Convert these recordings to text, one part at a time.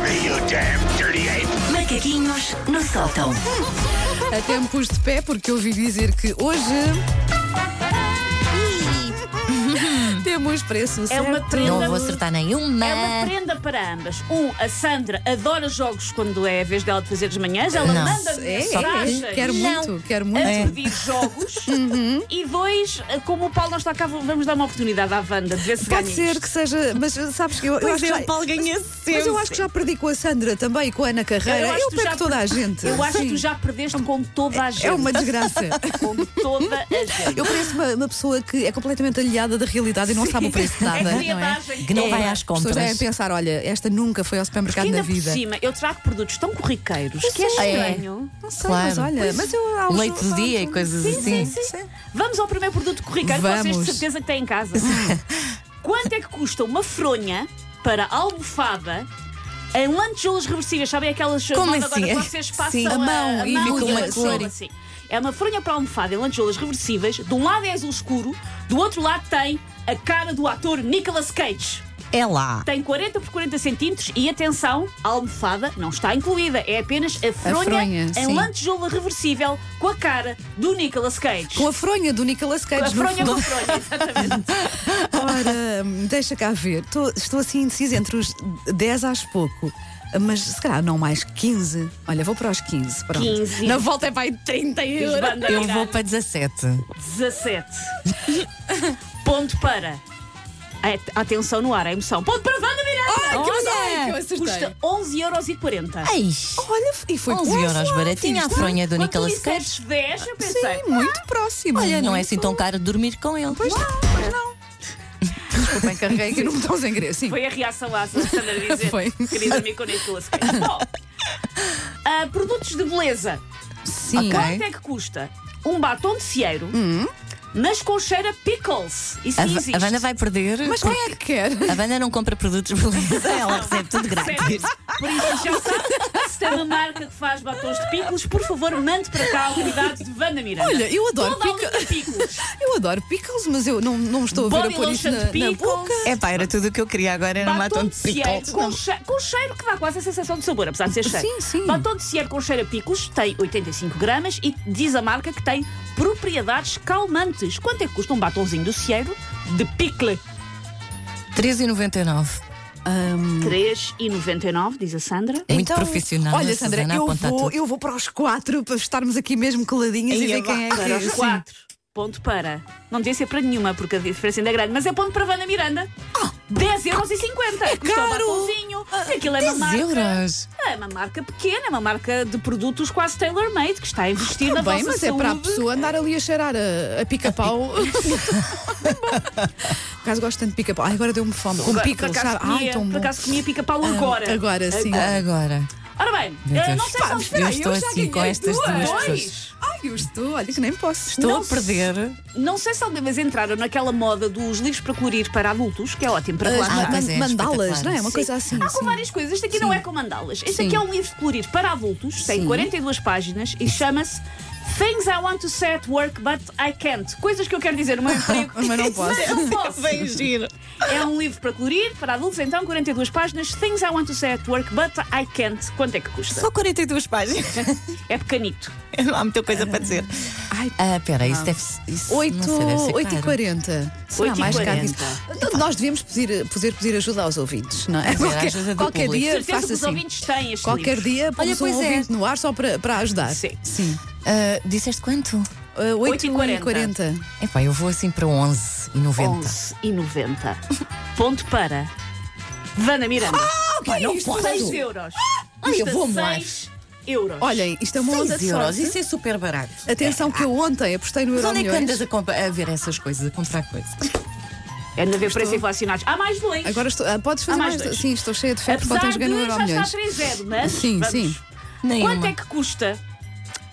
me, you damn dirty ape! Macaquinhos no sótão. Até me pus de pé porque ouvi dizer que hoje temos preço É certo. uma Não prenda. vou acertar um, nenhuma. É uma prenda para ambas. Um, a Sandra adora jogos quando é a vez dela de fazer as manhãs. Ela Não. manda É, mensagens. é, quero é. Uhum. Não. É. muito, quero muito. A pedir jogos e dois, como o Paulo não está cá, vamos dar uma oportunidade à Wanda de ver se Pode ganha ser isto. que seja, mas sabes que eu, eu é, acho que já, ganha é. mas eu acho que já perdi com a Sandra também e com a Ana Carreira. Eu, acho que tu perco já toda a per- gente. Eu acho Sim. que tu já perdeste com toda a gente. é uma desgraça. Com toda a gente. Eu pareço uma, uma pessoa que é completamente aliada da realidade e não sabe o preço de nada. não É é? criadagem. Que não vai É. às As pessoas devem compras. pensar: olha, esta nunca foi ao supermercado Ainda na por vida. cima, eu trago produtos tão corriqueiros que é sei. estranho. Não sei, mas Claro. olha, mas eu há uns- Leite do dia e coisas assim. Vamos ao primeiro produto corriqueiro que vocês Vamos. de certeza que têm em casa. Quanto é que custa uma fronha para almofada em lantejoulas reversíveis? Sabem aquelas Como moda assim? agora que vocês passam Sim. A mão e fica uma lanceola, cor. assim. É uma fronha para almofada em lantejoulas reversíveis. De um lado é azul escuro, do outro lado tem a cara do ator Nicolas Cage. É lá. Tem 40 por 40 centímetros e atenção, a almofada não está incluída. É apenas a fronha, fronha, sim. em lantejoula reversível com a cara do Nicolas Cage. Com a fronha do Nicolas Cage A no fronha fundo. com a fronha, exatamente. Ora, deixa cá ver. Tô- estou assim indecisa entre os 10 às pouco. Mas se calhar não mais 15. Olha, vou para os 15. Pronto. 15. Na volta é para aí 30 euros. Eu vou para 17. 17. Ponto para. A- Atenção no ar, a emoção. Ponto para Wanda Miranda! que Olha! bem que eu acertei. Custa 11,40€. Ai, Olha, e foi 11 quase euros lá, baratinha a fiz bem. fronha do Quando tu Nicolas Cage. disseste 10, eu pensei. Sim, muito próximo. Olha, não é muito. assim tão caro dormir com ele. Pois não, pois não. Desculpem, carreguei aqui no botão sem querer. Sim. Foi a reação à Sandra dizer Foi. queria dormir com o Nicolas Cage. Bom, ah, produtos de beleza. Sim. Quanto é que custa um batom de cieiro nas concheira Pickles? Isso Hum. A, não Va- existe. a Wanda vai perder. Mas quem é que quer? A Wanda não compra produtos de beleza, ela recebe tudo grátis. Por isso, já sabe, se tem uma marca que faz batons de picos, por favor, mande para cá a unidade de Wanda Miranda. Olha, eu adoro Toda a linha de picos. Eu adoro pickles, mas eu não, não estou a ver Body a pôr isto lotion na, de na picos. boca. é É pá, era tudo o que eu queria agora, era um batom de cieiro picote. com, che- com cheiro que dá quase a sensação de sabor, apesar de ser cheiro. Sim, sim. Batom de cieiro com cheiro a picos tem 85 gramas e diz a marca que tem propriedades calmantes. Quanto é que custa um batonzinho do cieiro de picle? 13,99. Hum. 3,99, diz a Sandra. É muito profissional. Então, Olha, a Sandra, Susana a eu apontar vou, tudo. eu vou para os quatro para estarmos aqui mesmo coladinhas e, Ia ver quem é que Para os quatro. Ponto para. Não devia ser para nenhuma, porque a diferença ainda é grande, mas é ponto para Vanda Miranda. 10,50 euros. Custou um Oh. É caro! Ah, batonzinho. Aquilo é uma 10 marca. euros. É uma marca pequena, é uma marca de produtos quase tailor-made, que está a investir na Bem, vossa mas é saúde. para a pessoa andar ali a cheirar a, a pica-pau. Por acaso gosto tanto de pica-pau. Ai, agora deu-me fome. Com Agora, pickles, por acaso sabe? Ai, comia, tão por bom. Ah, acaso comia pica-pau agora. Ah, Agora sim. Ah, Agora. Ora bem, Meu eh, Deus. não sei Pá, se eu estou assim com estas duas pessoas. Dois. Ai, eu estou, olha que nem posso. Estou Não a perder. Não sei se alguma vez entraram naquela moda dos livros para colorir para adultos, que é ótimo para As relaxar. man- pois é, mandalas, espetacular. não é? Uma Sim. coisa assim. Há com sim. várias coisas. Este aqui não é com mandalas. Este Sim. aqui é um livro de colorir para adultos, tem Sim. 42 páginas e chama-se Things I Want to Say at Work But I Can't. Coisas que eu quero dizer no meu emprego. Mas não posso. Mas não posso. É um livro para colorir, para adultos, então 42 páginas. Things I Want to Say at Work But I Can't. Quanto é que custa? Só 42 páginas. É pequenito. Não há muita coisa para dizer. Ai, Ah, pera, isso deve ser. isso, não sei, deve ser 8 8 e caro. 40 Será 8 e mais caro 40. isso? Nós devíamos pedir, poder pedir ajuda aos ouvintes, não é? Pedir ajuda do qualquer público. dia, Certeza que faça os assim. ouvintes têm este Qualquer livro. dia, pomos um pois é. ouvinte no ar só para, para ajudar. Sim. Sim. Ah, disseste quanto? Uh, 8 8 e e 40 Epá, eu vou assim para 11,90. 11 e 90. Ponto para Vana Miranda. Epá, não posso. 6 euros. Ah, Ai, eu vou Custa mais. 6 euros. Olhem, isto é uma onda de 6 euros, sorte. isso é super barato. Atenção que eu ontem apostei no Mas Euro onde é que andas Milhões. a, compa- a ver essas coisas, a comprar coisas? É na ver preços inflacionados. Há mais dois. Agora estou, ah, podes fazer Há mais mais. dois. Sim, estou cheia de fé porque Apesar ontem de joguei um no Euro já está Milhões. 3-0, mas Sim, é? vamos. sim. Quanto é que custa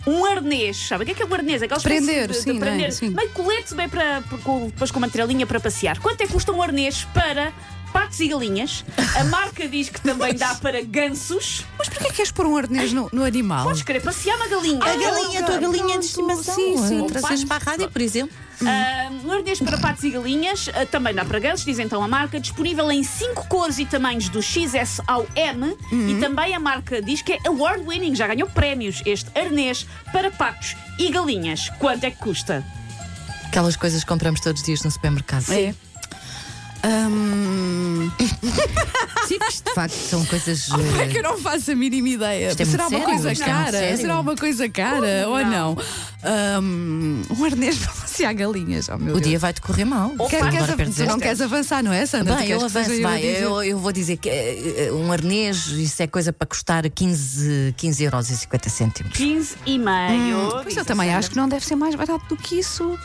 um arnês? Sabe o que é que é um arnês? Aquelas Prender, coisas sim, de, não de é? prender Sim. meio colete, meio para, para- com- depois com uma trelinha para passear. Quanto é que custa um arnês para patos e galinhas. A marca diz que também dá para gansos. Mas porquê queres pôr um arnês no, no animal? Ah, Podes querer passear uma galinha. A galinha, a tua pronto, galinha de estimação. é? sim, sim, eh, Ou trazemos. Trazes para a rádio, por exemplo. Ah, Um arnês para patos e galinhas ah, também dá para gansos, diz então a marca. Disponível em cinco cores e tamanhos do XS ao M. E também a marca diz que é award-winning, já ganhou prémios este arnês para patos e galinhas. Quanto é que custa? Aquelas coisas que compramos todos os dias no supermercado. É. Hum, Sim, isto de facto são coisas. como é eh, que eu não faço a mínima ideia? Isto é Será muito uma sério, coisa isto é muito cara? sério. Será uma coisa cara ou não? Hum, Um arnês para passear galinhas, oh meu o Deus. dia vai-te correr mal. Quer- Agora queres av- perdes tu não esta. queres avançar, não é, Sandra? Tu Bem, queres eu que seja avanço, eu a vai. dizer? Eu, eu vou dizer que eh, eh, um arnês, isso é coisa para custar 15, 15 euros e 50 cêntimos. 15 e meio. Mas Hum, eu também acho que não deve ser mais barato do que isso.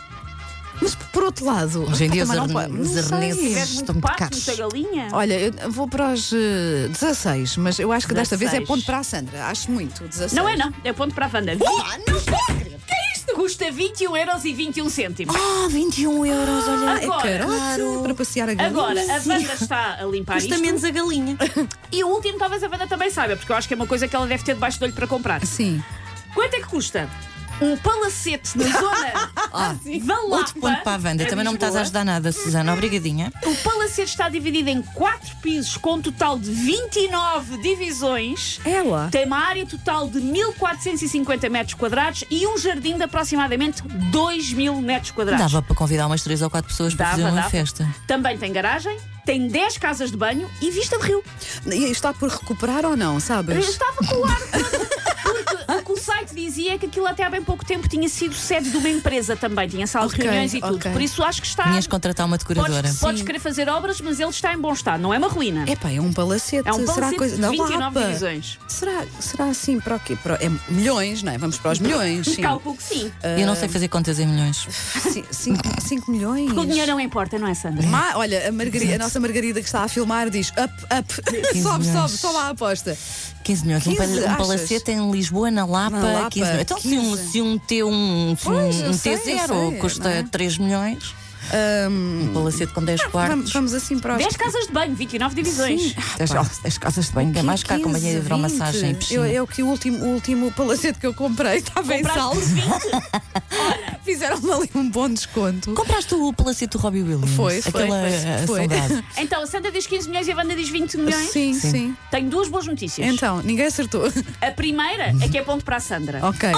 Mas por outro lado, Hoje em dia os também não arne- pode- os não sei. arneses- Tiveres Estão muito pato, muito caros. muita galinha. Olha, eu vou para os eh, 16, mas eu acho que desta vez é 16. ponto para a Sandra. Acho muito, 16. Não é não, é ponto para a Wanda. Oh, não que é isto? Custa 21 euros e 21 cêntimos. Ah, 21 euros, olha. É Agora, carote para passear a galinha. Agora, a Wanda está a limpar Custa isto. menos a galinha. E o último talvez a Wanda também saiba, porque eu acho que é uma coisa que ela deve ter debaixo do olho para comprar. Sim. Quanto é que custa? Um palacete na zona Ah, da Lapa. outro ponto para a Wanda. em Também não me estás a É Lisboa. ajudar nada, Susana. Obrigadinha. O palacete está dividido em 4 pisos, com um total de 29 divisões. Ela. Tem uma área total de 1450 metros quadrados e um jardim de aproximadamente 2000 metros quadrados. Dava para convidar umas 3 ou 4 pessoas para Tá. Dava, fazer uma dava. festa. Também tem garagem, tem 10 casas de banho e vista de rio. E está por recuperar ou não, Eu sabes? estava com o ar todo, porque o que o site dizia é que aquilo até há bem pouco tempo tinha sido sede de uma empresa também, tinha sala Ok, de reuniões e tudo. ok. Por isso acho que está. Tinhas de contratar uma decoradora. Podes, podes querer fazer obras, mas ele está em bom estado, não é uma ruína. Epá, é um palacete. É um será palacete coisa... de na 29 Lapa. divisões. Será, será assim para o quê? Para... É milhões, não é? Vamos para os milhões. Sim. Calculo Um que sim. Eu não sei fazer contas em milhões. 5 milhões. Porque o dinheiro não importa, não é, Sandra? Ma- olha, a, Margarida- a nossa Margarida que está a filmar diz up, up, 15 sobe, milhões. sobe, sobe à aposta. 15 milhões. Um 15, pal- um achas? palacete em Lisboa, na Lapa, Na Lapa, 15 milhões. Então, se um, 15. se um T1, se um, Pois, eu um sei, eu T0 sei, não custa é? 3 milhões, Ahm, um palacete com 10 vamos, quartos. vamos assim para os. 10 casas de banho, 29 divisões. As, as casas de banho, que é mais cá a companhia de 15, hidromassagem e 20. eu, piscina. eu que o último, o último palacete que eu comprei estava em Compraste saldo. por 20. Fizeram-me ali um bom desconto. Compraste o palacete do Robbie Williams? Foi, foi, Aquela eh, foi, foi. saudade. Então, a Sandra diz 15 milhões e a Wanda diz 20 milhões. Sim, sim, Tenho duas boas notícias. Então, ninguém acertou. A primeira é que é ponto para a Sandra. ok.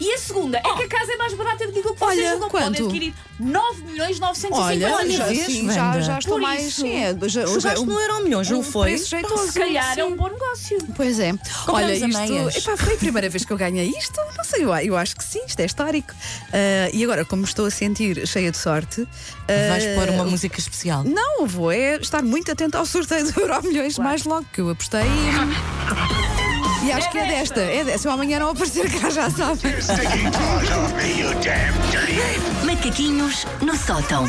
E a segunda é que a casa é mais barata do que aquilo que Oh. Olha, vocês julgam. quanto? Podem adquirir 9 milhões 950 Olha, olha, já, vês, sim, já, Wanda? já estou Por mais. isso, sim, é, já, já- Jogaste um- no Euro Milhões, não um foi? preço Então, jeitoso, Se calhar é sim. um bom negócio. Pois é. Olha, a meias. isto epá, foi a primeira vez que eu ganhei isto. Não sei, eu, eu acho que sim, isto é histórico. Ah, e agora, como estou a sentir cheia de sorte. ah, Vais pôr uma música especial. Não, eu vou é estar muito atenta ao sorteio do Euro Milhões mais logo, que eu apostei e. E acho que é desta, é desta. Se eu amanhã não aparecer cá, já sabes. Sticking paws off me, you damn dirty ape! Macaquinhos no sótão.